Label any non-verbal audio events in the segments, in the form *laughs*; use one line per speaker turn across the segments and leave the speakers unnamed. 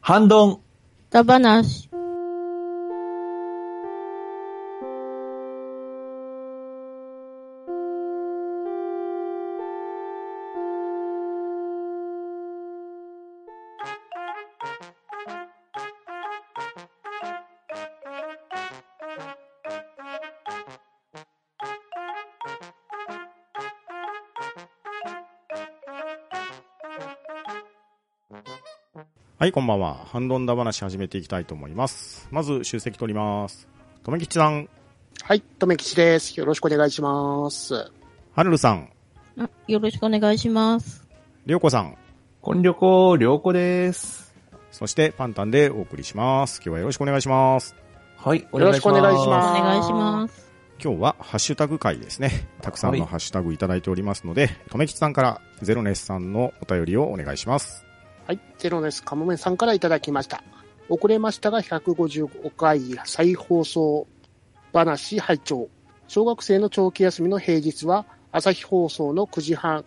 ハンドン。
ダバナシ。
はい、こんばんは。ハンドンダ話始めていきたいと思います。まず、集積取ります。とめきちさん、
はい、とめきちです。よろしくお願いします。
はるるさん、
あよろしくお願いします。
りょうこさん、
こんりょこ、りょうこです。
そしてパンタンでお送りします。今日はよろしくお願いします。
はい、お
よろしくお願いし
お
ま
願いします。
今日はハッシュタグ会ですね。たくさん
は
の
い
ハッシュタグいただいておりますので、とめきちさんからゼロネスさんのお便りをお願いします。
はい、ゼロです。カモメさんからいただきました。遅れましたが、155回再放送話拝聴小学生の長期休みの平日は、朝日放送の9時半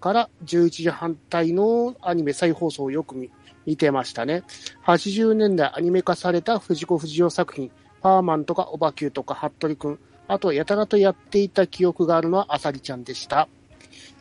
から11時半帯のアニメ再放送をよく見見てましたね。80年代アニメ化された藤子不二雄作品、パーマンとかオバキューとか服部くん、あとやたらとやっていた記憶があるのはあさりちゃんでした。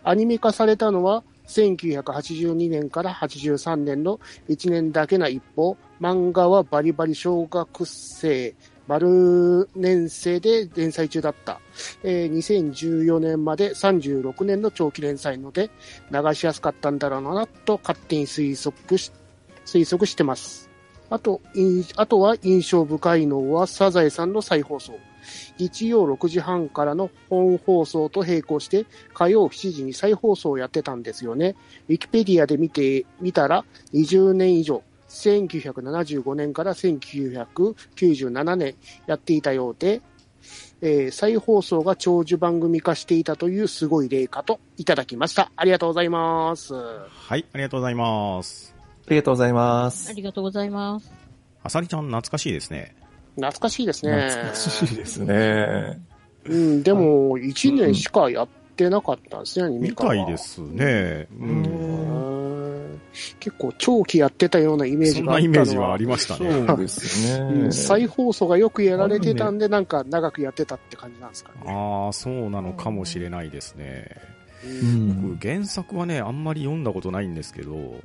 アニメ化されたのは1982年から83年の1年だけな一方、漫画はバリバリ小学生、丸年生で連載中だった。えー2014年まで36年の長期連載ので、流しやすかったんだろうなと勝手に推測し、推測してます。あと、いあとは印象深いのはサザエさんの再放送。日曜6時半からの本放送と並行して、火曜7時に再放送をやってたんですよね。ウィキペディアで見てみたら、20年以上、1975年から1997年やっていたようで、えー再放送が長寿番組化していたというすごい例かといただきました。ありがとうございます。
はい、ありがとうございます。
ありがとうございま
あ
す。
りがとうございます。
あさりちゃん懐かしいですね。
懐かしいですね。
懐かしいですね。
うん、でも、1年しかやってなかったんですね、アニメ
み
化は
たいで。すね。う
うん
ん。
うーん結構長期やってたようなイメー
そ
ジ
ん
があ
な
った
イ
の
メージはありましたね。
そうです
う
ね。
ん再放送がよくやられてたんで、なんか長くやってたって感じなんですかね。
ああ、そうなのかもしれないですね。
う
僕
ん。
原作はね、あんまり読んだことないんですけど、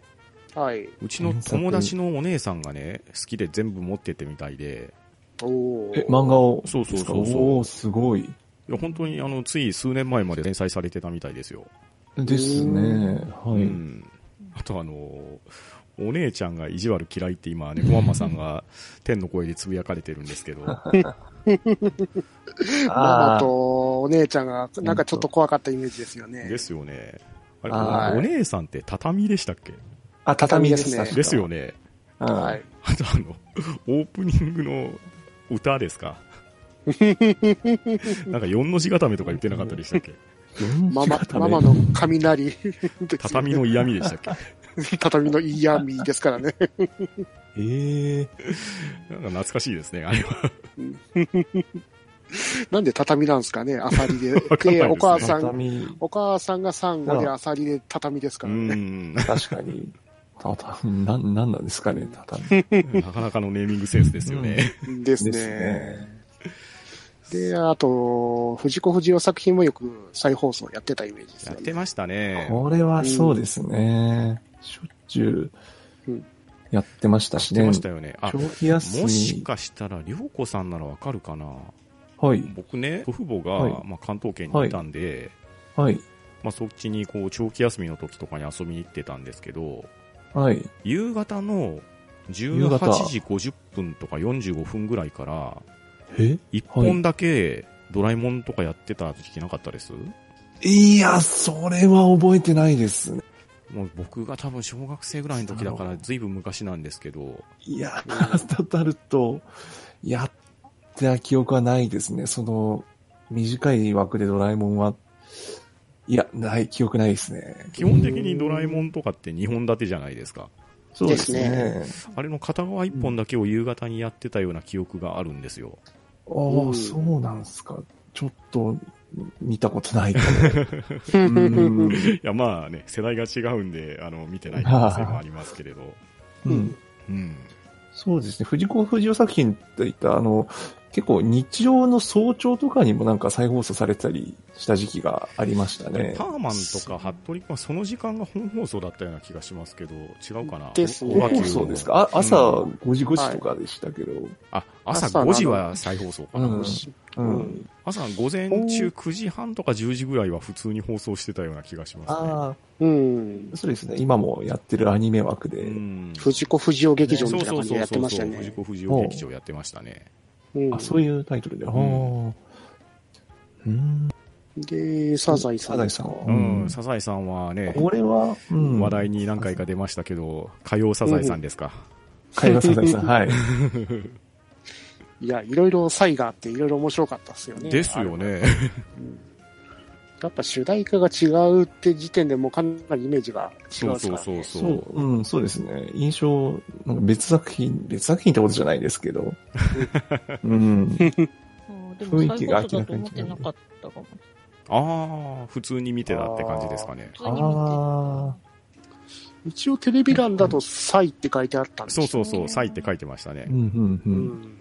はい。
うちの友達のお姉さんがね、好きで全部持っててみたいで、
おお。
え、漫画を。
そうそうそうそう
ですかおーすごい。
いや本当にあの、つい数年前まで連載されてたみたいですよ。
ですね。は
う
い。
ん。あとあの、お姉ちゃんが意地悪嫌いって今、猫ママさんが天の声でつぶやかれてるんです
*laughs*
けど、
ママ
ー
とお姉ちゃんが、なんかちょっと怖かったイメージですよね
で。すよね。あれ、
はい
お姉さんって畳でしたっけ
あ、畳です
畳ですね
ですよ。ね。
確か
は
はいい。。
あとあの、オープニングの歌で
*laughs*
すか。なんか4の字固めとか言ってなかったでしたっけ
ママ、ママ
の。
の雷ですよ
*laughs*
ね
*laughs* 畳の嫌味でしたっけ
畳の嫌味ですからね。 *laughs*
ええ。
なんか懐かしいですね、あれは。
なんで畳なんですかね、アサ
*laughs*
リ
か
で。
んないですね
で、お母さん、
畳、
お母さんがサンゴでアサリで畳です
う
からね。
*laughs* ん。
確かに。畳、なん、なんなんですかね、畳。
なかなかのネーミングセンスですよね。
です
です
ね。
ね。
で、あと、藤子不二雄作品もよく再放送やってたイメージです
やっ
よね。
てましたね。
これはそうですね。しょっちゅ
う
うんやってました
やっ
してね
まし。たよね。あ、
長
も
期休み。
しかしたら、りょうこさんならわかるかな。
はい。
僕ね、祖父母が、
はい
まあ、関東圏にいたんで、
はい。
まあ、そっちにこう長期休みの時とかに遊びに行ってたんですけど、
はい。
夕方の
夕方
18時50分とか45分ぐらいから、
え
一本だけドラえもんとかやってた時期なかったです、
いや、それは覚えてないですね。
もう僕が多分小学生ぐらいの時だからずいぶん昔なんですけど、
いや、たたると、やった記憶はないですね。その、短い枠でドラえもんは、いや、ない、記憶ないですね。
基本的にドラえもんとかって2本立てじゃないですか。
そう
ですね
あれの片側1本だけを夕方にやってたような記憶があるんです *laughs* よ。
ああ、
うん
そうなんすか。ちょっと、見たこと
*laughs*
ないかもうん
い *laughs* や、まあね、世代が違うんで、あの、見てない可能性もありますけれど。
うん。
うん。
そうですね。藤子不二雄作品といった、あの、結構日常の早朝とかにもなんか再放送されてたりした時期がありましたね。
パーマンとか服部君はその時間が本放送だったような気がしますけど、違うかな。
ですね
お化け
放
の
送ですかあ朝
うん
5時5時とかでしたけど。
あ、朝
朝な
5
の
時は再放送かな。
うんうん。
朝午前中9時半とか10時ぐらいは普通に放送してたような気がしますね。
あ
うん
あ、。そうですね。今もやってるアニメ枠で。
うん
藤子不二雄劇
そ
場
う
み
そ
た
う
いな
そう
感
そう
じでやってました
藤
ね。
子不二雄劇場やってましたね。
うん
あ、そういうタイトルで。あーうん。
で、サザエさ
サザエ
ん。
さんは。
うん、サザエさんはね、
これは、うん、
話題に何回か出ましたけど、火曜サザエさんですか。
会話サザエさん。はい。
いや、いろいろ才があって、いろいろ面白かったですよね。
ですよね。
やっぱ主題歌が違うって時点でもうかなりイメージが違
そう
う
そうそう
そ
そう
う、。うん、そうですね。印象、なんか別作品、別作品ってことじゃないですけど。うん。
うんで
雰
も
囲気
最
が
高
明ら
層だと
かに違う
思ってなかったかも。
ああ、普通に見てたって感じですかね。
普通に見て
あ
一応テレビ欄だと才って書いてあったんです
そ
よ
うそうそう、サイって書いてましたね
あ。うん、。うん、う。
うんん。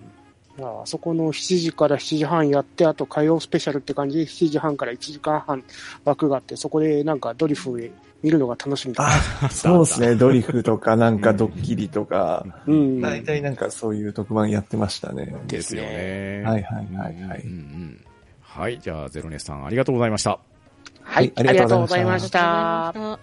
いやあそこの7時から7時半やって、あと火曜スペシャルって感じで7時半から1時間半枠があって、そこでなんかドリフへ見るのが楽しみだ。
あ、そうですね。ドリフとか、なんかドッキリとか、
うん。
大体なんかそういう特番やってましたね。
ですよね。
はいはいはいはい
うんうん。はい、じゃあ、ゼロネスさん、ありがとうございました。
はい、あ
あ
り
り
が
が
と
と
う
う
ご
ご
ざ
ざ
い
い
ま
ま
し。
した
た。
は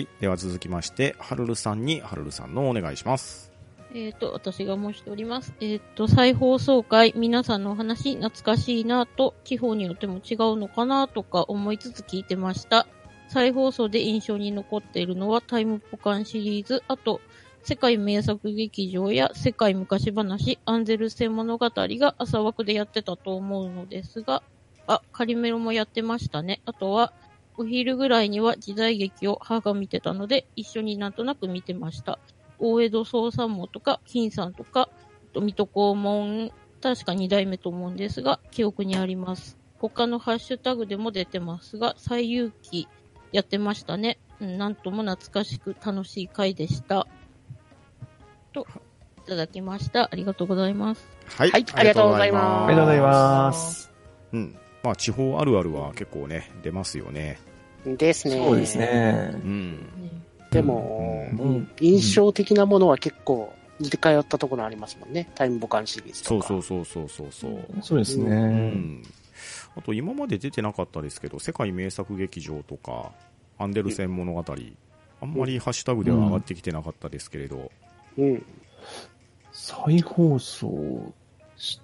い、では続きまして、はるるさんに、はるるさんのお願いします。
えっ、と、私が申しております。えっ、と、再放送会、皆さんのお話、懐かしいなと、地方によっても違うのかなとか思いつつ聞いてました。再放送で印象に残っているのは、タイムポカンシリーズ、あと、世界名作劇場や世界昔話、アンゼルセン物語が朝枠でやってたと思うのですが、あ、カリメロもやってましたね。あとは、お昼ぐらいには時代劇を母が見てたので、一緒になんとなく見てました。大江戸総参謀とか、金さんとか、あと水戸黄門、確か二代目と思うんですが、記憶にあります。他のハッシュタグでも出てますが、最有機やってましたね。うんなんとも懐かしく楽しい回でした。と、いただきました。ありがとうございます。
はい
はいありがとうございます
おめでとうございます。
うん。まあ、地方あるあるは結構ね、出ますよね。
ですね。
そうです。ね
う。ん。
ね
でも、
うん
うん
印象的なものは結構似て通ったところありますもんね。タイムボカンシリーズとか。
そうそうそうそうそうそう。
そうですね。
うん。あと、今まで出てなかったですけど、世界名作劇場とか、アンデルセン物語、あんまりハッシュタグでは上がってきてなかったですけれど、
うん。
再放送し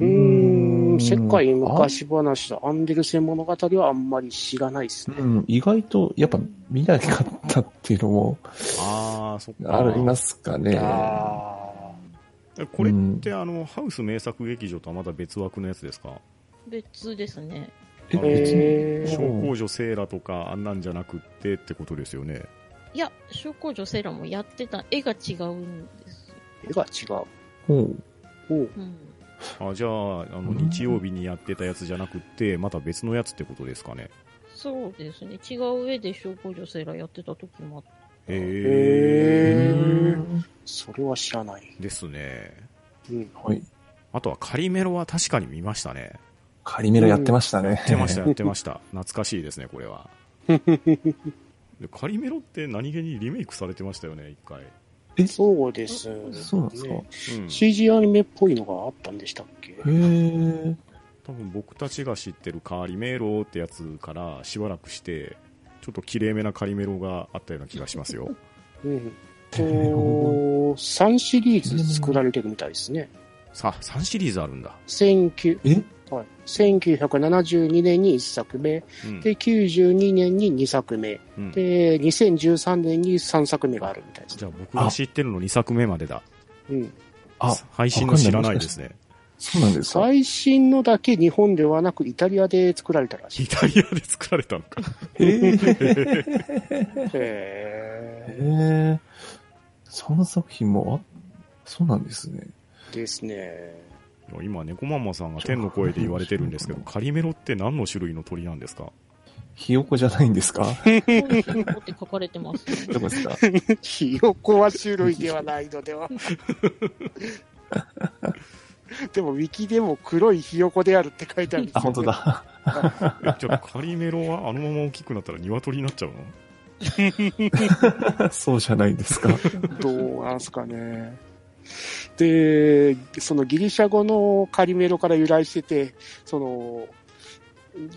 うーん、世界昔話だ。アンデルセン物語はあんまり知らないですね。
うん、意外と、やっぱ見なかったっていうのも
ああ、そっか。
ありますかね。
あ
これって、あの、ハウス名作劇場とはまた別枠のやつですか
別ですね。
え、
ー
別に。
へ
小
ー
公女セーラとかあんなんじゃなくってってことですよね。
いや、小公女セーラもやってた、絵が違うんです。
絵が違う。
ほう
おう
うん。
あじゃああの
うん
日曜日にやってたやつじゃなくってまた別のやつってことですかね。
そうですね。違う絵で小公女セーラやってた時もあ *laughs* った。
へ
へ
ーそれは知らない。
ーですね。
うん。
はい。
あとはカリメロは確かに見ましたね。
カリメロやってましたね。や
やっ
*laughs*
てました、やってました。懐かしいですね、これは。でカリメロって何気にリメイクされてましたよね、一回。
そうです。
そうなんですか。
ね
うん、
CG アニメっぽいのがあったんでしたっけ
へえ。
多分僕たちが知ってるカリメロってやつからしばらくして、ちょっときれいめなカリメロがあったような気がしますよ。
うん。と、
なるほ
3シリーズ作られてるみたいですね。
さあ、3シリーズあるんだ。
19
え
はい、1972年に1作目、
うん
で、92年に2作目、
うん
で、2013年に3作目があるみたいです
じ。ゃあ僕が知ってるの2作目までだ。
うん。
あ、
配信の知らないですね。
そうなんですか。
最新のだけ日本ではなくイタリアで作られたらし
イ
い。
タリアで作られたのか。
へえ。
へ
へえ。その作品も、あそうなんですね。
ーですね。
いや今、猫ママさんが天の声で言われてるんですけど、カリメロって何の種類の鳥なんですか
ひよこじゃないんですか
って書かれてます、ね。
どこですか
ひよこは種類ではないの
*laughs*
では。でも、ウィキでも黒いひよこであるって書いてあるんです
あ、
よ、ね。
本当。だ。
えじゃあ、カリメロはあのまま大きくなったら鶏になっちゃうの
そうじゃないんですか。
どうなんすかね。で、そのギリシャ語のカリメロから由来してて、その、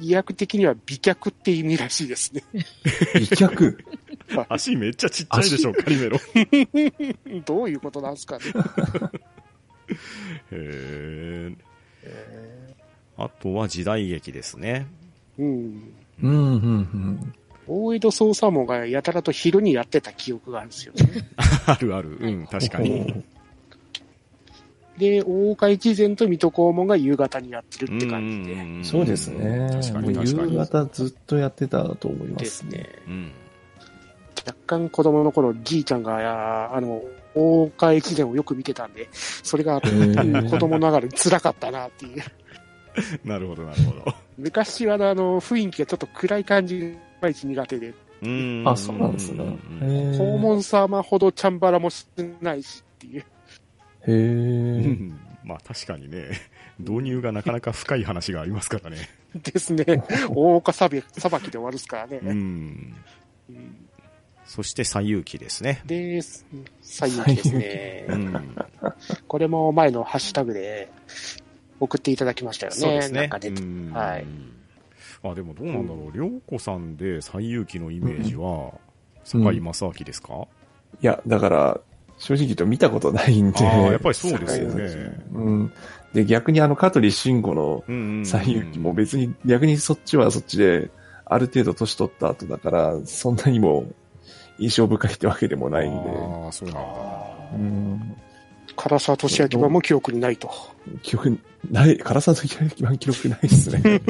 医訳的には美脚って意味らしいですね。 *laughs*
美脚。
足めっちゃちっちゃいでしょ、カリメロ。へ
どういうことなんすかね。
え。あとは時代劇ですね。
うん。
うん、うん、うん。
大江戸捜査網がやたらと昼にやってた記憶があるんですよね。
あるある。うん、確かに。
で、大岡一善と水戸黄門が夕方にやってる
う
っ
ん
て
うん
感じ
う
で。
んうん
そうですね。
確か
もう
に確かに。
夕方ずっとやってたと思いま
ですす
ね。
ね。
うん。
若干子供の頃、じいちゃんが、あーあの、大岡越前をよく見てたんで、それが
へー
子供ながらに辛かったなっていう。 *laughs*
なるほど、なるほど。
昔はあの、雰囲気がちょっと暗い感じがいまいち苦手で、
うん
あ、そうなんですね。へー
黄門様ほどチャンバラもしないしっていう。 *laughs*
へ *laughs*
う
え。
んまあ確かにね、導入がなかなか深い話がありますからね。
ですね。大岡さび裁きで終わるっすから
う
ね。
ん。
うん
そして、西遊記ですね。
で、最後です *laughs* ね
う。ん。
これも前のハッシュタグで送っていただきましたよね。
そうです
なん
ね
か。ね
うん
はい。
あ、でもどうなんだろう。りょうこさんで西遊記のイメージは、坂井正明ですか、
いや、だから、正直言うと見たことないんで。
ああ、やっぱりそうですよ
そうで
ね。
うん。で、逆にあの、香取慎吾の
うんうんうん
西遊記も別に、逆にそっちはそっちで、ある程度年取った後だから、そんなにも印象深いってわけでもないんで、
ああ、そうなんだ。
うん、
唐沢俊明版も記憶にないと。
記憶ない、唐沢と一番記憶ないです
*laughs*
ね。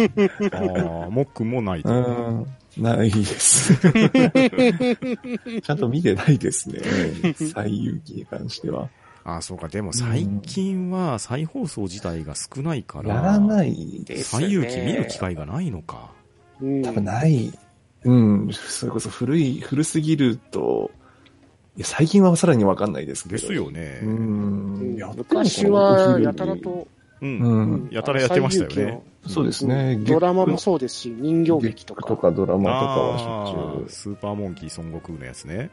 ああ、モックもないと。
うん、ない
*laughs*
です。ちゃんと見てないですね。西遊記に関しては。
ああ、そうか。でも最近は再放送自体が少ないから、
やらないで、
ですね
西遊記見る機会がないのか。
うん
多分ない。うん、それこそ古い、古すぎると、いや最近はさらにわかんないですけ
で
ど。
すよね。
う
うん
ん。やってない
昔はやたらと、
うん
うん。
やたらやってましたよね
あの西遊記の
そうですね。
ドラマもそうですし、人形劇と
月九と
か、
かドラマとかはしょ
あ
っ
ースーパーモンキー孫悟空のやつね。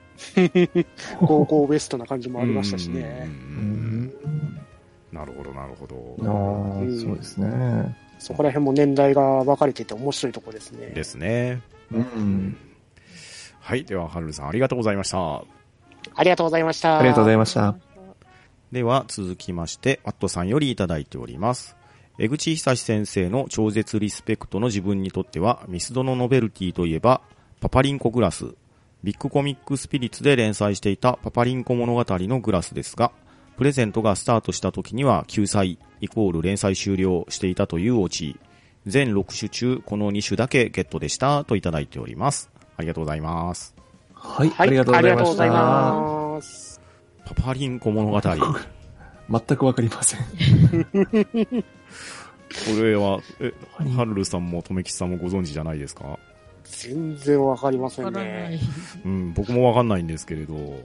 ゴーゴーウエストな感じもありましたし
うん
ね。
ちゅう。うん。
なるほど、なるほど。
あ
うん
あ、そうですね。
そこら辺も年代が分かれてて面白いところですね。
ですね。
うん。
はい。では、はるるさん、ありがとうございました。
ありがとうございました。
ありがとうございました。
では、続きまして、ワットさんよりいただいております。江口久志先生の超絶リスペクトの自分にとっては、ミスドのノベルティといえば、パパリンコグラス。ビッグコミックスピリッツで連載していたパパリンコ物語のグラスですが、プレゼントがスタートした時には救済イコール連載終了していたというオチ。全6種中、この2種だけゲットでしたといただいております。ありがとうございます。
はい、
は
あ
い、
りがとうございま
ありがとうご
し
ざい
た。
ます。
パパリンコ物語。
全くわかりま *laughs* せん。
これは、え、ハルルさんもとめきちさんもご存知じゃないですか
全然分かりませ
わ
ん
からな
ね
い。。
うん、僕もわかんないんですけれど、
うん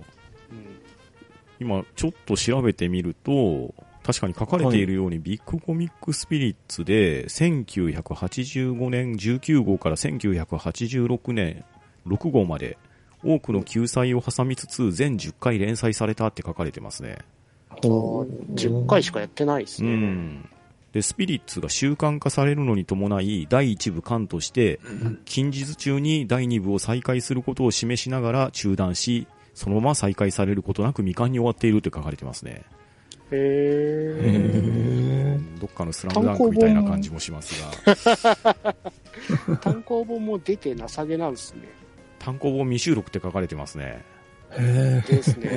今ちょっと調べてみると、確かに書かれているように、ビッグコミックスピリッツで、1985年19号から1986年6号まで、多くの救済を挟みつつ、全10回連載されたって書かれてますね。
ほう
10回しかやってないです
う
ね。
ん。で、スピリッツが習慣化されるのに伴い、第1部完として、近日中に第2部を再開することを示しながら中断し、そのまま再開されることなく未完に終わっていると書かれてますね。
へえ。
へ
どっかのスラムダンクみたいな感じもしますが、
単行本も出てなさげなんですね。
単行本未収録って書かれてますね。
え。へ
です *laughs* ね。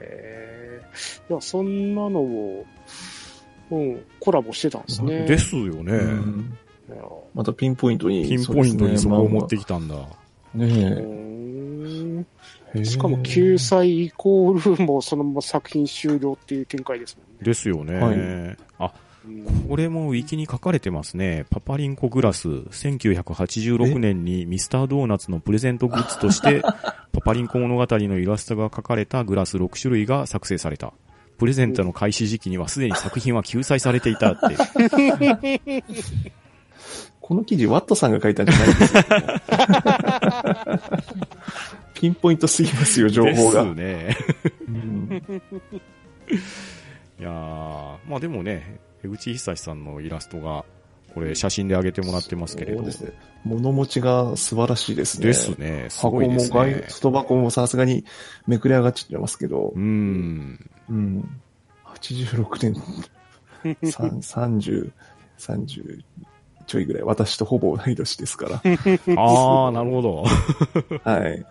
えー、いや、そんなのを、うん、コラボしてたんですね。
ですよね。
え。うん
いやう
またピンポイントに。
ピンポイントにそこを持って
き
きたんだ。
ー
ね
ん
え。
しかも救済イコールもうそのまま作品終了っていう展開ですもんね。
ですよね。
は
あ、これもウィキに書かれてますね。パパリンコグラス、1986年にミスタードーナツのプレゼントグッズと
*laughs*
して、パパリンコ物語のイラストが書かれたグラス6種類が作成された。プレゼントの開始時期にはすでに作品は救済されていたって。
この記事、ワットさんが書いたんじゃないですよ。ピンポイントすぎます *laughs* よ、情報が。
ですね。
うん
いやーまあでもね、江口久志さんのイラストが、これ写真で上げてもらってますけれど。
そうですね。物持ちが素晴らしいですね。
ですね。す
箱
ごい
も
です
外
ね。
外箱もさすがにめくれ上がっちゃってますけど *laughs*
う、ん。
うん。86年、三30、30ちょいぐらい、私とほぼ同い年ですか *laughs*
ああ、なるほど。
ら。はい。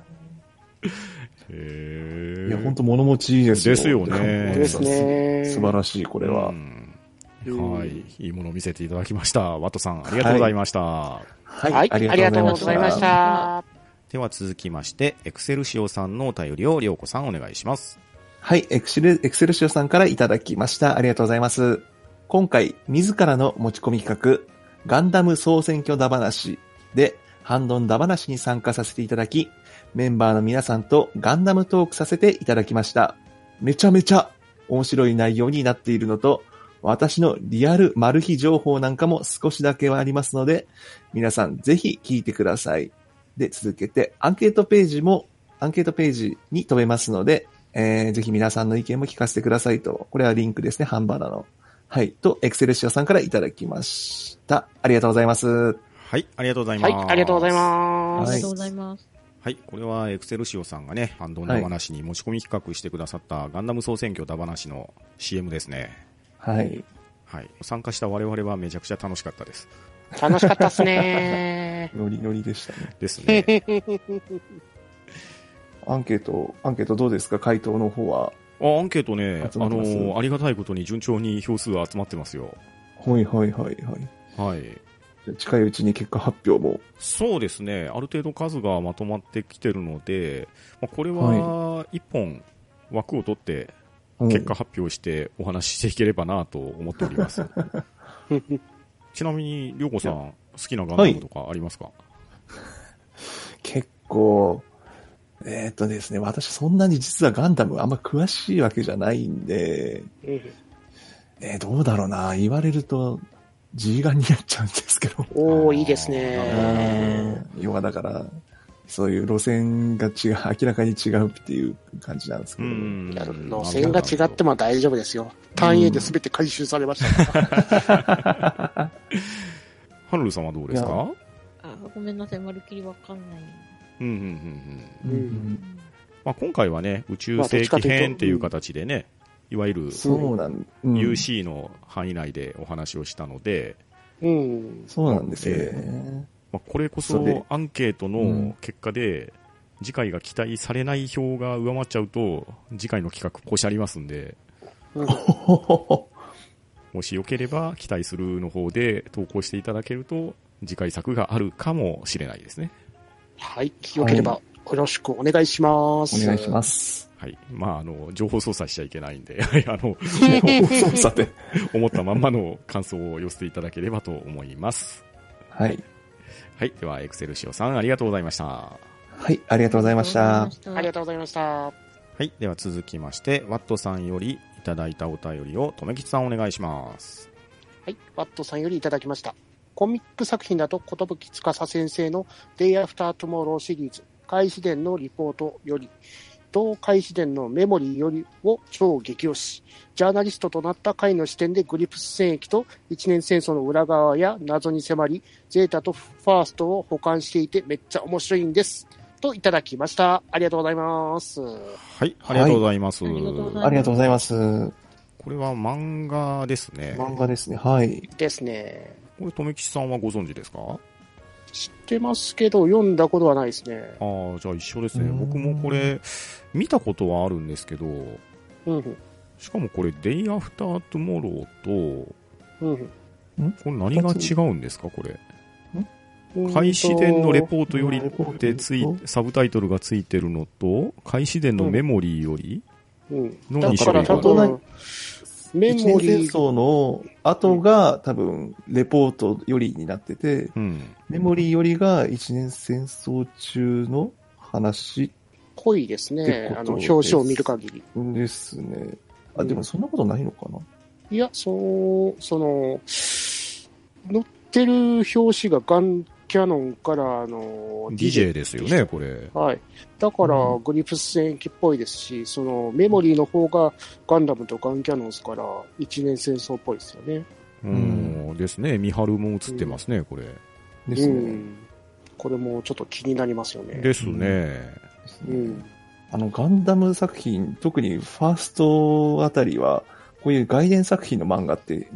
へえ。
いや、本当物持ちいいですよ。
ですよね
ですね。
素晴らしい、こ
こ
れは。
はい。いいものを見せていただきました。ワットさん、ありがとうございました。
は
はい、ありがとうございまし。た。
では続きまして、エクセルシオさんのお便りをりょうこさんお願いします。
はい、エクセル、エクセルシオさんからいただきました。ありがとうございます。今回、自らの持ち込み企画、ガンダム総選挙だ話で、ハンドンだ話に参加させていただき、メンバーの皆さんとガンダムトークさせていただきました。めちゃめちゃ面白い内容になっているのと、私のリアルマル秘情報なんかも少しだけはありますので、皆さんぜひ聞いてください。で、続けて、アンケートページも、アンケートページに飛べますので、えーぜひ皆さんの意見も聞かせてくださいと。これはリンクですね、ハンバナの。はい。と、エクセルシオさんからいただきました。ありがとうございます。
はい、ありがとうございま
は
す。
い、ありがとうござい
あ
ま
り
は
が
す。
とうございます。
はい、これはエクセルシオさんがね、ハンドンダ話に持ち込み企画してくださったガンダム総選挙ダ話の CM ですね。
はい。。
はい。参加した我々はめちゃくちゃ楽しかった *laughs* です。
楽しかったっすね *laughs*
ノリノリでしたね。
ですね。
アンケート、アンケートどうですか回答の方は。
あアンケートね、あ
集まってます
の、ありがたいことに順調に票数が集まってますよ。
はいはいはいはい。
はい。
じゃあ近いうちに結果発表も。
そうですね、ある程度数がまとまってきてるので、まあ、これは1本枠を取っ
う
て、
ん
結果。発表してお話ししていければなと思ってお
*laughs*
ります。ちなみに、りょうこさん、好きなガンダムとかありますか、
結構、えーっとですね、私そんなに実はガンダムあんま詳しいわけじゃないんで、えーどうだろうな。言われると、G ガンになっちゃうんですけど。
おー、いいです
な
ね。
要はだから、そういう路線が違う、明らかに違うっていう感じなんですけ
う
ど、
ん
いや路線が違って
も。
も大丈夫ですよ。単位で全て回収されました *laughs* から。
ハルルさんはどうですか
いや
うん
あ、ごめんなさい、まるっきりわかんない。
うんうんうん。
うん
うん
まあ、今回はね、宇宙世紀編っていう形でね、いわゆる
そうなん、うん
UC の範囲内でお話をしたので、
うん。
そうなんですよね。
まあ、これこ
それ
そアンケートの結果で、次回が期待されない票が上回っちゃうと、次回の企画、こうしありますんで、
ほほほ
もしよければ、期待するの方で投稿していただけると、次回作があるかもしれないですね。
はい、よければよろしくお願いします。。
お願いします *laughs* す。
はい。まあ、あの、情報操作しちゃいけないんで、はいあの、
さて。
思ったまんまの感想を寄せていただければと思います。
はい。
はい。では、エクセルシオさん、ありがとうございました。
はい、ありがとうございました。
ありがとうございました。
はい。では続きまして、ワットさんよりいただいたお便りを、とめきちさんお願いします。
はい、ワットさんよりいただきました。コミック作品だと、寿司先生の Day After Tomorrow シリーズ、開始伝のリポートより、同開始伝のメモリーよりを超激推し、ジャーナリストとなった回の視点でグリプス戦役と一年戦争の裏側や謎に迫り、ゼータとファーストを保管していてめっちゃ面白いんです。といただきました。ありがとうございます。
はい。ありがとうございます。
はいありがとうございます
ありがとうございます。
これは漫画ですね。
漫画ですね。はい。
ですね。
これ、とめきちさんはご存知ですかあ
知ってますけど、読んだことはないですね。
あ、じゃあ一緒ですね。
うん
僕もこれ、見たことはあるんですけど、
うんうん、
しかもこれ、デイアフタートゥモローと、
うんうん。
これ何が違うんですかこれ。
うんと
開始伝のレポートより
レポート
でつい、サブタイトルがついてるのと、開始伝のメモリーより、
うん
の
だ
二
か
種
ら
類
多
があ
分
る、
メ
一
モ
年
リ
戦
ー
争の後が多分、レポートよりになってて、
うん。
メモリーよりが一年戦争中の話
濃いですね
ってこ。と
あの、表紙を見る限り。
ですね。あ、
うん
でもそんなことないのかな、
いや、そう、その、載ってる表紙がガンキャノンから、あの、
DJ ですよね、これ。
はい。だから
う、
グリプス戦記っぽいですし、その、メモリーの方がガンダムとガンキャノンですから、一年戦争っぽいですよね。
うんん。ですね。三春も映ってますね、これ。
で
う
すね。
ん。これもちょっと気になりますよね。
ですね。
です
う
ね
ん。
あの、ガンダム作品、特にファーストあたりは、こういう外伝作品の漫画って、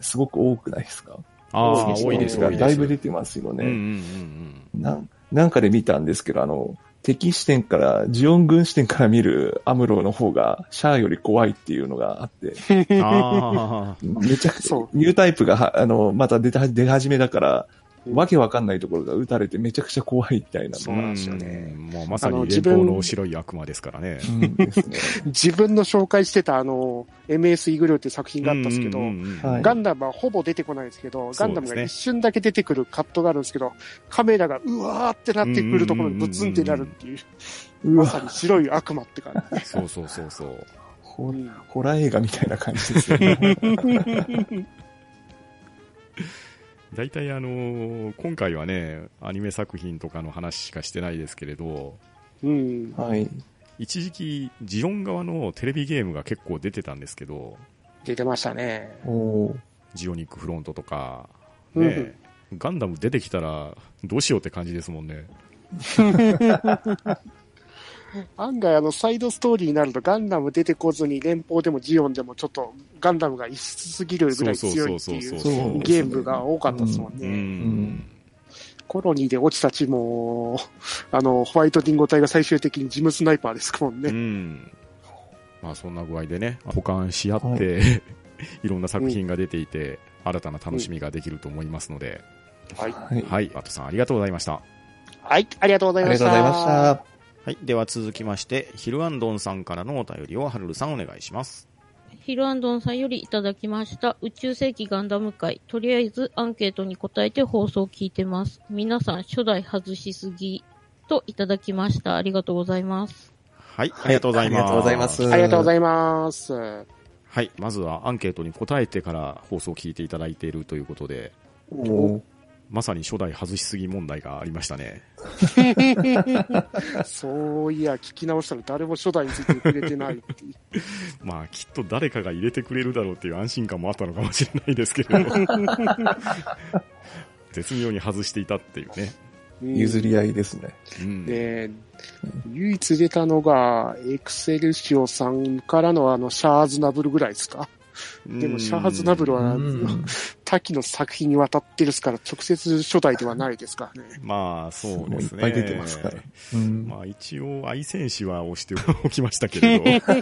すごく多くないですか
ああ、
そうですね
多いです、多いです。
だいぶ出てますよ
うんうんう
ね、
ん
なん。なんかで見たんですけど、あの、敵視点から、ジオン軍視点から見るアムロの方が、シャアより怖いっていうのがあって、
*laughs*
うん。ああ。
めちゃくちゃ
そ、
ニュータイプがは、あの、また出た出始めだから、
うん
わけわかんないところが撃たれてめちゃくちゃ怖いみたいな。
そうなんですよね
うん。もうまさ
あの
に
自
連
分
邦の白い悪魔ですからね。
うんですね。
自分の紹介してた、あの、MS イグルーっていう作品があったんですけど、
うんうんうん
はい
ガンダムはほぼ出てこないんですけど、ガンダム
そう
が
ですね
一瞬だけ出てくるカットがあるんですけど、カメラがうわーってなってくるところにブツンってなるっていう、
う
まさ
わ、
に白い悪魔って感じ。
そうそうそうそう。
ホホラー映画みたいな感じですよ
*laughs*
ね。
大体あのー今回はね、アニメ作品とかの話しかしてないですけれど、
うん。
はい。
一時期、ジオン側のテレビゲームが結構出てたんですけど、
出てましたね。
おー
ジオニックフロントとか、
うん
ね、ガンダム出てきたらどうしようって感じですもんね。
案外、あの、サイドストーリーになるとガンダム出てこずに連邦でもジオンでもちょっとガンダムが異質すぎるぐらい強いっていう
そう
そう
ゲームが多かったですもん
う
ね。
ん。
コロニーで落ちたちも、 *laughs* あの、ホワイトディンゴ隊が最終的にジムスナイパーですもん
う
ね。
ん。まあそんな具合でね、保管し合って、、
はい
*laughs* ろんな作品が出ていて、新たな楽しみができると思いますので、
はい。
はい。
はい、ワトさんありがとうございました。
はい、ありがとうござ
あ
い
り
ま
がと
した。
うございました。
はい。では続きまして、ヒルアンドンさんからのお便りをハルルさんお願いします。
ヒルアンドンさんよりいただきました。宇宙世紀ガンダム会。とりあえずアンケートに答えて放送を聞いてます。皆さん初代外しすぎといただきました。ありがとうございます。
はい。ありがとうございます。
ありがとうございます。
ありがとうご
い
ざいます。は
はい。まずはアンケートに答えてから放送を聞いていただいているということで、
ます。
まさに初代外しすぎ問題がありましたね。
そういや、聞き直したら誰も初代について触れてないっていう。
まあ、きっと誰かが入れてくれるだろうっていう安心感もあったのかもしれないですけれど。絶妙に外していたっていうね。
うん
*laughs* 譲り合いですね。
うん。
で、唯一出たのが、エクセルシオさんからのあの、シャアーズナブルぐらいですか。でも、シャアーズナブル
う
は
ん、
多岐の作品にわたってですから、直接初代ではないですからね。
まあ、そうですね。
もういっぱい出てますから。うん
まあ、一応、愛選手は押しておきましたけれど。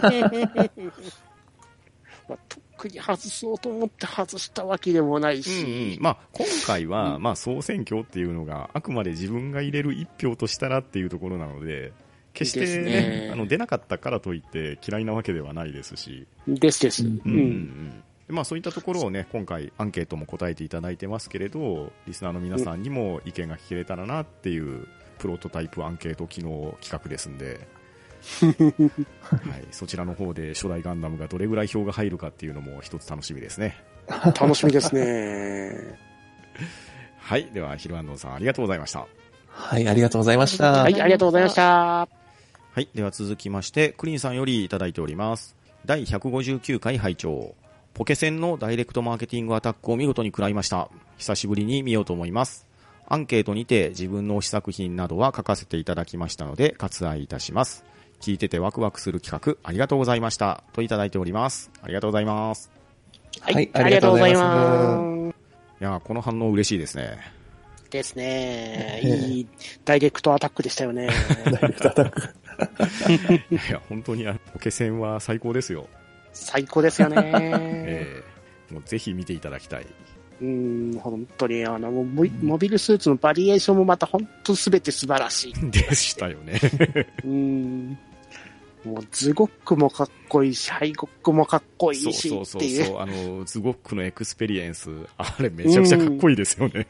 まあ、特に外そうと思って外したわけでもない
うんうん
し、
まあ、今回は、まあ、総選挙っていうのが、あくまで自分が入れる一票としたらっていうところなので、決して、ね
ですね
あの出なかったからといって嫌いなわけではないですし、
ですです。
うん
う
うん
うんうん
ん
まあ、そういったところをね、今回アンケートも答えていただいてますけれど、リスナーの皆さんにも意見が聞けれたらなっていう、プロトタイプアンケート機能企画ですんで、
*laughs*
はい、そちらの方で初代ガンダムがどれぐらい票が入るかっていうのも一つ楽しみですね。
楽しみですね。
はい、では、ヒルアンドンさんありがとうございました。
はい、ありがとうございました。
は
はい
*laughs* 、ありがとうございました。
はい。では続きまして、クリンさんよりいただいております。第159回拝聴ポケセンのダイレクトマーケティングアタックを見事に食らいました。久しぶりに見ようと思います。アンケートにて自分の推し作品などは書かせていただきましたので、割愛いたします。聞いててワクワクする企画、ありがとうございました。といただいております。ありがとうございます。
い
はい、あ
あ
り
り
が
がと
とう
うご
ござ
ざ
い
い
ま。
ます
いやー、この反応嬉しいですね。
ですね。
ええ
いいダイレクトアタックでしたよ *laughs* ね。
いや、本当にあのポケセンは最高ですよ。
最高ですよね。
ええもうぜひ見ていただきたい。 *laughs*
うん、本当に、あの、モビモビルスーツのバリエーションもまた本当すべて素晴らしい。
でしたよね。
うん。もうズゴックもかっこいいし、ハイゴックもかっこい
そう
いし
そう
っ
そ
て
う
いう。
そう。あの、ズゴックのエクスペリエンス、あ
*laughs*
れめちゃくちゃかっこいいですよね。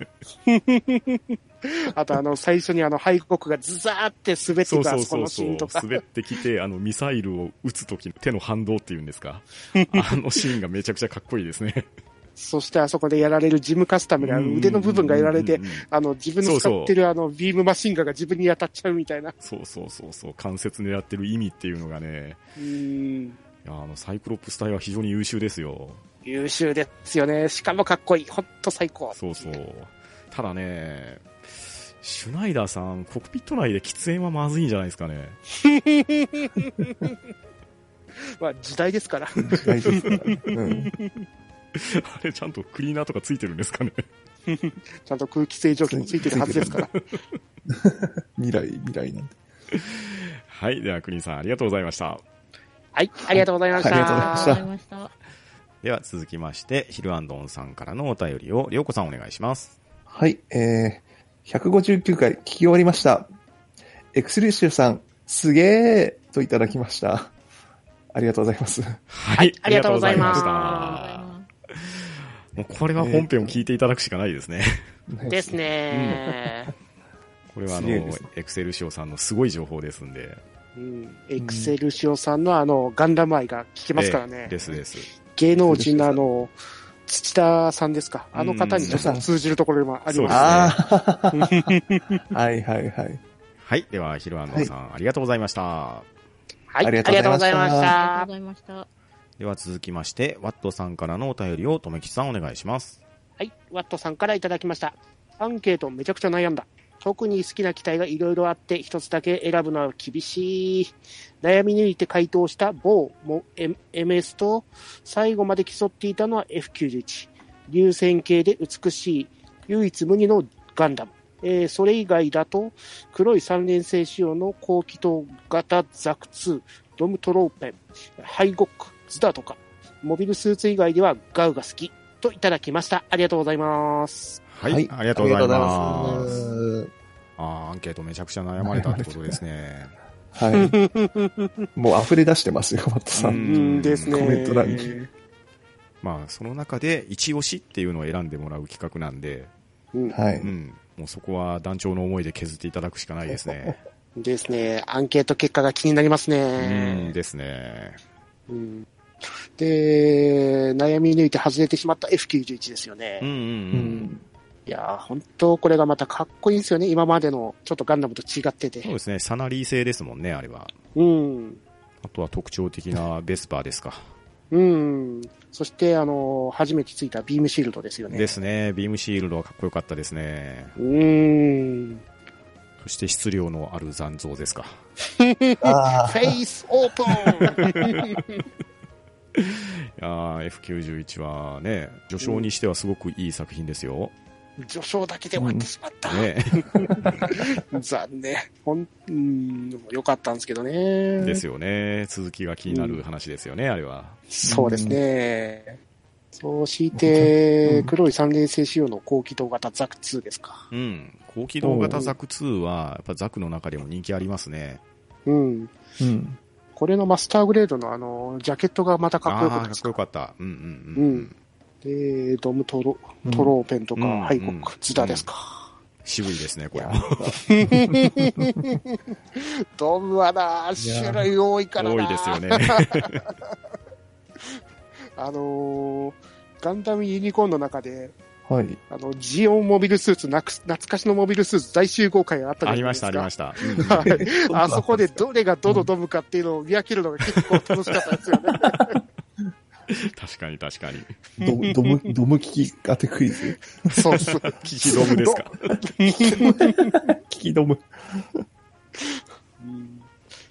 あとあの、最初にあの、ハイゴックがズザーって滑っ
そ
て
うそ
た、
う
そ
そ
の
う
シ
そ
ー
う
ンと。か。
滑ってきて、あの、ミサイルを撃つときの手の反動っていうんですか。あのシーンがめちゃくちゃかっこいいですね。
そしてあそこでやられるジムカスタムが *laughs* 腕の部分がやられて
うんうん、うんうん。
あの、自分の使ってるあの、ビームマシンガンが自分に当たっちゃうみたいな。
そうそうそうそう。関節狙ってる意味っていうのがね、
うーん。
いやあの、サイクロプス隊は非常に優秀ですよ。
優秀ですよね。しかもかっこいい。ほんと最高。
そうそう。ただね、シュナイダーさん、コックピット内で喫煙はまずいんじゃないですかね。
まあ、時代で
*laughs*
すから。
大事ですからね。うん。
あれ、ちゃんとクリーナーとかついてるんですかね。
ちゃんと空気清浄機についてるはずですから。
未来、未来なんで。
はい。では、クリーンさん、ありがとうございました。
はい。ありがとうございました。
ありがとうございました
ありがとうございました。
では、続きまして、ヒルアンドンさんからのお便りを、りょうこさんお願いします。
はい、えー、159回聞き終わりました。エクスレシアさん、すげーといただきました。ありがとうございます。 *laughs*
はい
ありがとうございます
ありがとうございましたもうこれは本編を聞いていただくしかないですね。
です。ね、
これはあ
す
の
げえですね、
エクセルシオさんのすごい情報ですんで。
うん。エクセルシオさんのあの、ガンダム愛が聞けますから
え
ね
え。ですです。
芸能人のあの、土田さんですか。あの方にちょっと通じるところもあり
そう
ま
です
す。
ああ、 *laughs* はいはいはい。
はい。では、ヒルアンドンさん、ありがとうございました。
はい。
あ
あ
りが
りが
と
と
う
う
ご
ご
ざ
ざ
い
い
ま
ま
し
した
ありがとう
た
ご。ざいました。
では、続きまして、ワットさんからのお便りを、とめきさんお願いします。
はい、ワットさんからいただきました。アンケートめちゃくちゃ悩んだ。特に好きな機体がいろいろあって、一つだけ選ぶのは厳しい。悩み抜いて回答した某も M- MS と、最後まで競っていたのは F91。流線形で美しい、唯一無二のガンダム。えーそれ以外だと、黒い三連星仕様の高気筒型ザク2、ドムトローペン、ハイゴック、ズダとか、モビルスーツ以外ではガウが好き。といただきました。ありがとうございます。
はい。ありがとうございます。
ありがとうございま
ああ、アンケートめちゃくちゃ悩まれたってことですね。
すはい。もう溢れ出してますよ、マットさ。
うんん
ですね。
コメント欄に
まあ、その中で、一押しっていうのを選んでもらう企画なんで、。
うん
はいう
ん。もうそこは団長の思いで削っていただくしかないですね。
ですね。アンケート結果が気になります
うん
ね。
ですね。
うんで、悩み抜いて外れてしまった F91 ですよね。
うんうん
う
うん。
ん。
いやー、本当これがまたかっこいいんですよね。今までのちょっとガンダムと違って
そう
て。
ですね。サナリー製ですもんね、あれは。
うん。
あとは特徴的なベスパーですか。
うん。そして、あのー初めてついたビームシールドですよね。
ですね。ビームシールドはかっこよかったですね。
うん。
そして質量のある残像ですか。
あ
フェイスオープン
いやー F91 はね、序章にしてはすごくいい作品ですよ。
序章だけで終わってしまった。
ね。
残念。ほん、うん、よかったんですけどね。
*laughs* ですよね。続きが気になる話ですよね、あれは。
そうですね。そうして、
うん
黒い三連星仕様の高機動型ザク2ですか。
うん。高機動型ザク2は、やっぱザクの中でも人気ありますね。
うん。
ーうん。
これのマスターグレードのあの、ジャケットがまたかっこよ
あー
かった
か
で
っ
す
こよ
か。
かった。うんうんう
う
ん。
んで、ドムトロ、
うん
トローペンとか、
うん
ハイコ
うん
ック、ズダですか。
渋いですね、こ
い
れ
や
も。
ドムはな、種類多いから
多い
な。
ですよね。
*laughs* あのーガンダムユニコーンの中で、
はい。
あの、ジオンモビルスーツ、なくす懐かしのモビルスーツ大集合会があったじ
あ
ゃ
り
ない
ま
で
し
す
た、
か。
ありました。
はいあそこでどれがどのドムかっていうのを見分けるのが結構楽しかったですよね。
確かに確かに。
ドム、ドム、ドム聞き当てクイズ。
そうそう。
キキドムですか。
聞きドム。
うん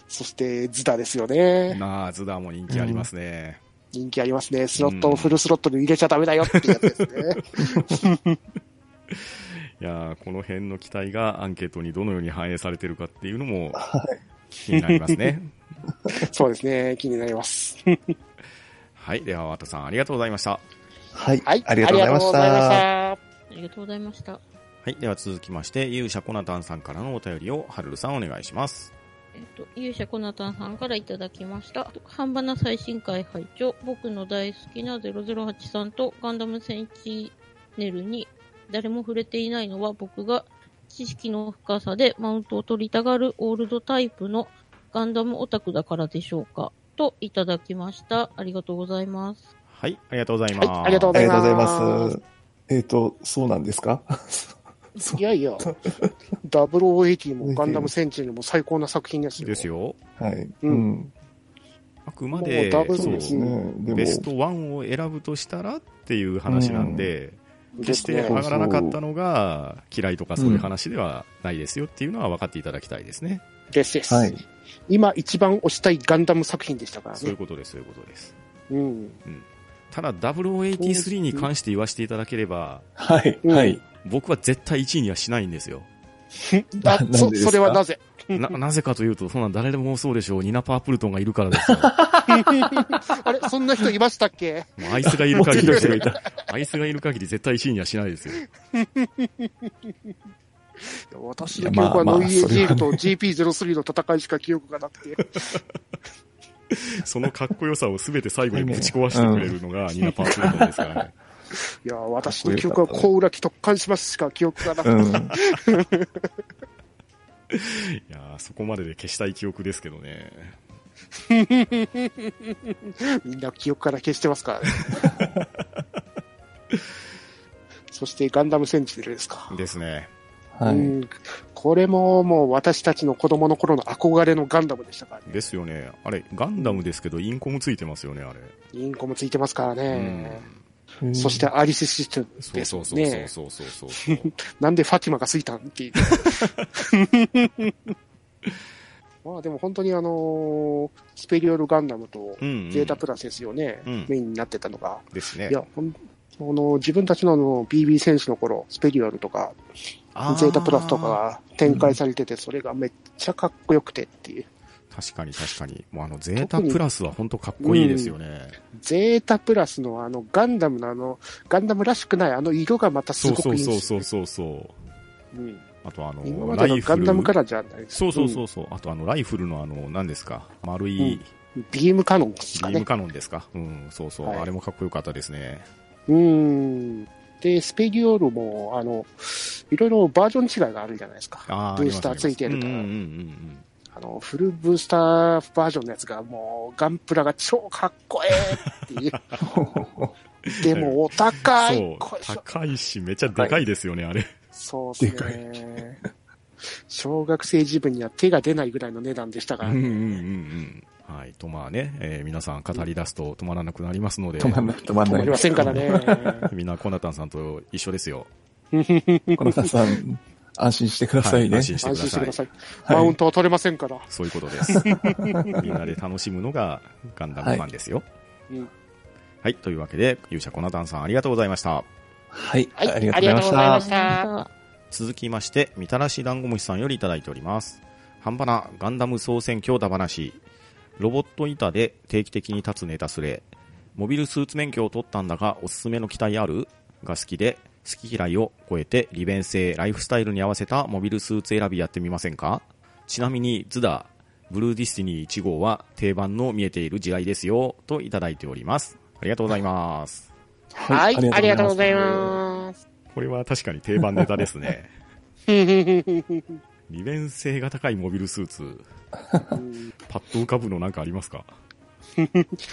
そして、ズダですよね。
なあ、ズダーも人気ありますね。
人気ありますね。スロットをフルスロットに入れちゃダメだよってやつですね。
いやーこの辺の期待がアンケートにどのように反映されてるかっていうの
*laughs*
も気になりますね。
そうですね。気になります。
はい。では、ワタさん、ありがとうございました。
はい
はい。。
ありがとうございました。あ
あ
ありがとうございました。
はい。では、続きまして、勇者コナタンさんからのお便りを、はるるさんお願いします。
えっと、勇者コナタンさんからいただきました。半ばな最新回拝聴僕の大好きな008さんとガンダムセンチネルに誰も触れていないのは僕が知識の深さでマウントを取りたがるオールドタイプのガンダムオタクだからでしょうかといただきました。ありがとうございます。
はい、ありがとうございます。
はいありがとう
ありがとうござい
ござい
ま。
ます
えっ、と、そうなんですか *laughs* そう
いやいや、0080もガンダムセンチュリーも最高な作品ですよ。
ですよ。
はい。
う
うんん。
あくまで、
もうダブル
そう
で
です
す
ね。で
ベスト1を選ぶとしたらっていう話なんで、
で
決し
す
て
ね
上がらなかったのが嫌いとかそういう話ではないですよっていうのは分かっていただきたいですね。
ですです、
はい。
今一番推したいガンダム作品でしたから
そうい
ね
う。ことです、そういうことです。
うん。
ただ、0083に関して言わせていただければ、
はい。はい。
僕は絶対1位にはしないんですよ。
な
あ
*laughs* なんで
そ、
ですか
それはなぜ
な、なぜかというと、そんなん誰でもそうでしょう。ニナ・パープルトンがいるからですよ。
あれ、そんな人いましたっけ
もうあいつがいる限り
持ってる人が、
あいつがいる限り絶対1位にはしないですよ。
私の記憶はノイエージールと GP03 の戦いしか記憶がなくて。
そのかっこよさを全て最後にぶち壊してくれるのがニナ・パープルトンですからね。
いや、私の記憶は小浦木特艦しますしか記憶がなくて。
うん。
いやーそこまでで消したい記憶ですけどね。
みんな記憶から消してますからね。
*laughs*
そしてガンダムセンチネルですか。
ですね。
は
う
い。
んこれももう私たちの子供の頃の憧れのガンダムでしたからね。
ですよね。あれ、ガンダムですけど、インコムついてますよね、あれ。
インコもついてますから
う
ね。
ん。
そしてアリスシステムです、
そ
ね。
うそうそうそうそうそうそうそう。
*laughs* なんでファティマがついたんっていう。
*laughs*
まあでも本当にあのースペリオルガンダムと
うん、うん。
ゼータプラスですよね、
うん
メインになってたのが。
ですね
い。や、ほんあの自分たちのあの BB 選手の頃、スペリオルとか、
あー
ゼータプラスとか。が展開されてて、それがめっちゃかっこよくてっていう。
確かに確かに。もうあの、ゼータプラスは本当かっこいいですよね。
ゼータプラスのあのガンダムのあの、ガンダムらしくないあの色がまたす
そうそ
ごく
う
いいん
そう
です
そ
よ
うそうそう。
うん
あとあの
今ま、で
ラ
の
イ
ガ
フ
ン
ル。
ダムからじゃないですか
そうそうそうそう。あとあの、ライフルのあの、何ですか。丸い、
うんビームカノンです
ビ
か
ー
ね
ム。カノンですか。うん、そうそう。
はい
あれもかっこよかったですね。
うーん。で、スペリオールも、あの、いろいろバージョン違いがあるじゃないですか。
ああ、
ブースターついてるから
うんうんうんうん
あの、フルブースターバージョンのやつが、もう、ガンプラが超かっこええ
*laughs*
っていう。でも、お高
うん。
い。
そう、
これしょ
高いし、めちゃでかいですよね、あれ。
そうですね。小学生自分には手が出ないぐらいの値段でした
う
か
ん
ら
うんう
ね、
んうん。はい。とまあね、えー皆さん語り出すと止まらなくなりますので、
止まんない、止まん
止
な
ま
い
りま。せんからね。
みんなコナタンさんと一緒ですよ。
この田さん、安心してくださいね。
安心して
安
くだ
心して
さ
く
い
だ。さい。
はい
マウントは取れませんから。
そういうことです。みんなで楽しむのがガンダムファンですよ。
はいうん
はい。というわけで、勇者コナタンさんありがとうございました。
はい、
はい
ありがとうございました。は
ありがとうございました
続きまして、みたらし団子虫さんよりいただいております。半端なガンダム総選挙だ話。ロボット板で定期的に立つネタスレ。モビルスーツ免許を取ったんだが、おすすめの機体あるが好きで、好き嫌いを超えて利便性、ライフスタイルに合わせたモビルスーツ選びやってみませんかちなみに、ズダ、ブルーディスティニー1号は定番の見えている地雷ですよ、といただいております。ありがとうございます。
はい、ありがとうござい
す。
ます。
これは確かに定番ネタですね。
*laughs* うん
*laughs* 利便性が高いモビルスーツ。パッと浮かぶのなんかありますか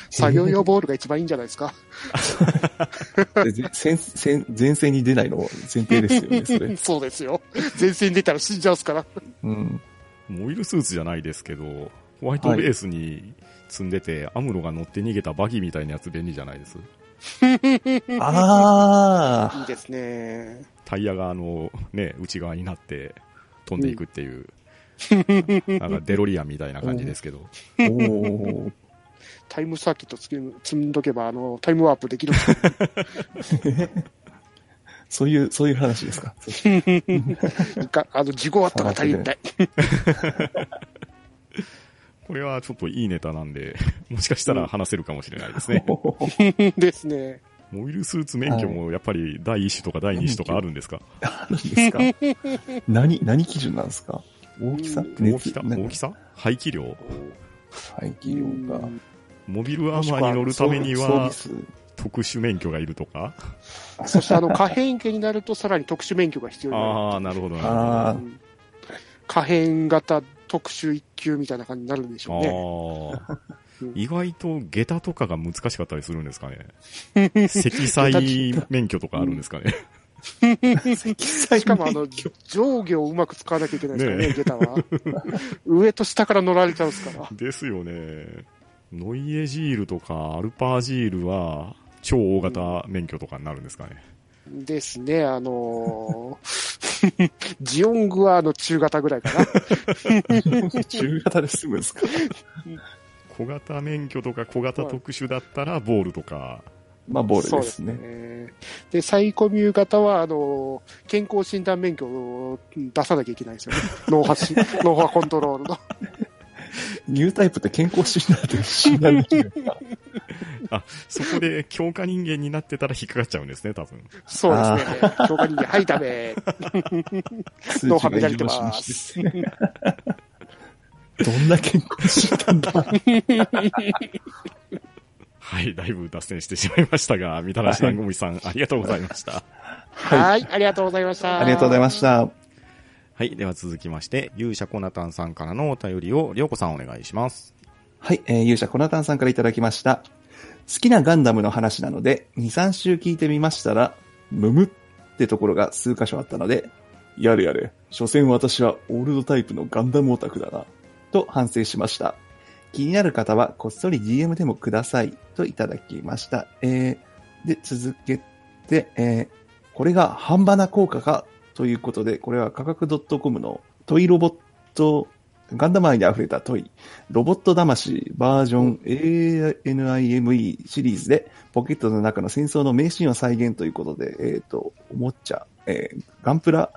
作業用ボールが一番いいんじゃないですか。
で前前前線に出ないの前提ですよね、それ。
*laughs* そうですよ。 *laughs* 前線に出たら死んじゃうっすから。
うん。
モビルスーツじゃないですけど、ホワイトベースに積んでて、アムロが乗って逃げたバギーみたいなやつ便利じゃないです。
いい
あ
ですね。
タイヤがあの、ね、内側になって飛んでいくっていう、なんかデロリアンみたいな感じですけど、
あ、おお。
タイムサーキットつけ積んどけば、あの、タイムワープできる。 *laughs*
そういう、そういう話です *laughs* か。
いかあの、事故あったが足りない。
これはちょっといいネタなんで、もしかしたら話せるかもしれないですね。
ですね。
モビルスーツ免許もやっぱり第一種とか第二種とかあるんですか
何ですか何、何基準なんですか大きさ
うん
熱
大きさ
なんか
大きさ排気量
排気量が。
モビルアーマーに乗るためには
もしく装備
特殊免許がいるとか
そしてあの、可変形になるとさらに特殊免許が必要にな
ああ、なるほどな
装備
る
数
ほど。
あ
る。うん可変型特殊一級みたいな感じになるんでしょうね。
ああ
*laughs* うん。
意外と下駄とかが難しかったりするんですかね。
*laughs*
積載免許とかあるんですかね。
あ、積載
しかもあ
免
の
許、
上下をうまく使わなきゃいけないですから
ね
ね、下駄は。上と下から乗られちゃうんですから。
ですよね。ノイエジールとかアルパージールは超大型免許とかになるんですかね。
ですね、あのー *laughs* ジオングはあの中型ぐらいかな。
中型で済むんですか
小型免許とか小型特殊だったらボールとか。
まあ、ボールですね
そう。ねで、サイコミュー型は、あの、健康診断免許を出さなきゃいけないんですよね。脳
*laughs*
波し、脳波コントロールの。
ニュータイプって健康診断で診断できるんですか
そこで強化人間になってたら引っかかっちゃうんですね、多分。
そうですね。強化人間、はい、
*laughs*
ダメ。
数
脳
値
波
が
乱
異
れて
常し
ま
まし
す。
てどんな健康診断だ
はい、だいぶ脱線してしまいましたが、みたらし団子虫さん、ありがとうございました。
はい、ありがとうございました。
ありがとうございました。
はい。では続きまして、勇者コナタンさんからのお便りを、りょうこさんお願いします。
はい、えー、勇者コナタンさんからいただきました。好きなガンダムの話なので、2、3週聞いてみましたら、むむってところが数箇所あったので、やれやれ、所詮私はオールドタイプのガンダムオタクだな、と反省しました。気になる方は、こっそり DM でもください、といただきました。えー、で、続けて、えー、これが半端な効果か、ということで、これは価格 .com のトイロボット、ガンダム愛に溢れたトイロボット魂バージョン ANIME シリーズでポケットの中の戦争の名シーンを再現ということで、えっ、と、おもちゃ、えーガンプラ、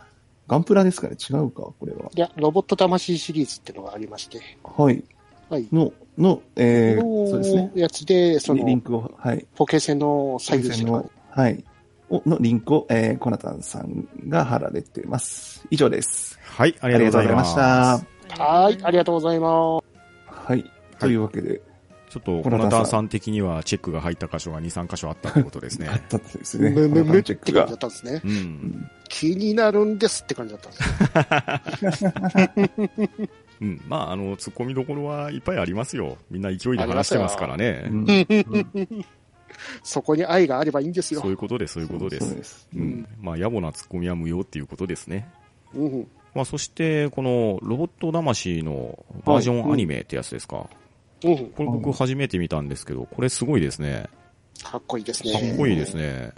ガンプラですかね違うかこれは。
いや、ロボット魂シリーズってのがありまして。
はい。
はい。
の、の、えー、そうです
の
ね。
やつで、そ
リン
の、
クを、はい。
ポケセンの再現
先
し
生の
の、
はい。おのリンクを、えー、コナタンさんが貼られています。以上です。
はい。あ
あ
りがとうございました。
りがとうございま
はい、ありがとうございます。
した。はい。というわけで、
ちょっと、
コ
コ
ナタンさん
ナタンさん的には、チェックが入った箇所が2、3箇所あったってことです
あっ
ね。
たってです
む
ね。コナ
むむ
タン
って
チェッ
感
ク
じだ
が
ったんですね。
*laughs* う。
うんん
気になるんですって感じだったんです。
*laughs* うん。まあ、あの、突っ込みどころはいっぱいありますよ。みんな勢いで話してますからね。
うん
そこに愛があればいいんですよ。
そういうことです、そういうことで
そう
す。
です。
う
うん
ん。まあ、野暮な突っ込みは無用っていうことですね。
うん、
まあ、そして、この、ロボット魂のバージョンアニメってやつですか。
うん、
これ僕初めて見たんですけど、これすごいですね。
かっこいいですね。
かっこいいですね。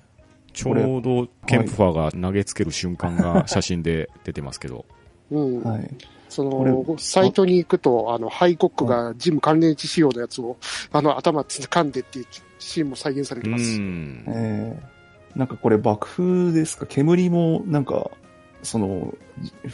ちょうどケンプファーが投げつける瞬間が写真で出てますけど。
うん、
はい。
そ
こ
の、サイトに行くと、あの、ハイコックがジム関連地仕様のやつを、あの、頭掴んでっていうシーンも再現され
う
てます。
ん。
えー、なんかこれ爆風ですか煙もなんか、その、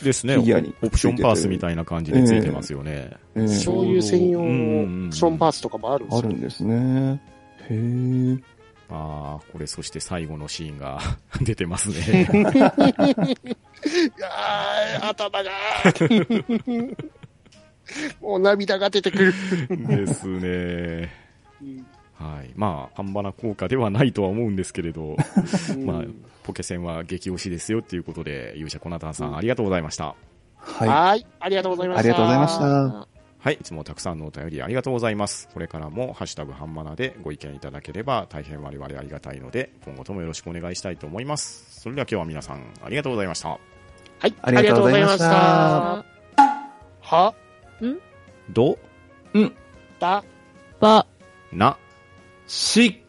ですね。
フィギュアに
オプションパースみたいな感じでついてますよね。
えー
そういう専用
うんうんう
の
ん
オプションパースとかもあるんです
ある
よ。
んですね。へえ。
ああ、これそして最後のシーンが出てますね。
*laughs* あー頭が *laughs* もう涙が出てく
*laughs*
る。
ですね。
うん
はい。まあ、半端な効果ではないとは思うんですけれど、まあ、ポケセンは激推しですよっていうことで、勇者コナタンさんありがとうございました。
は
はい、ありがとうございました。
ありがとうございました
はい、いつもたくさんのお便りありがとうございます。これからも、ハッシュタグハンマナでご意見いただければ大変我々ありがたいので、今後ともよろしくお願いしたいと思います。それでは今日は皆さん、ありがとうございました。
はい、
ありがとうございました
ありがとうございましたは、
ど、
い。うん。
だ、
ば、
な、
し、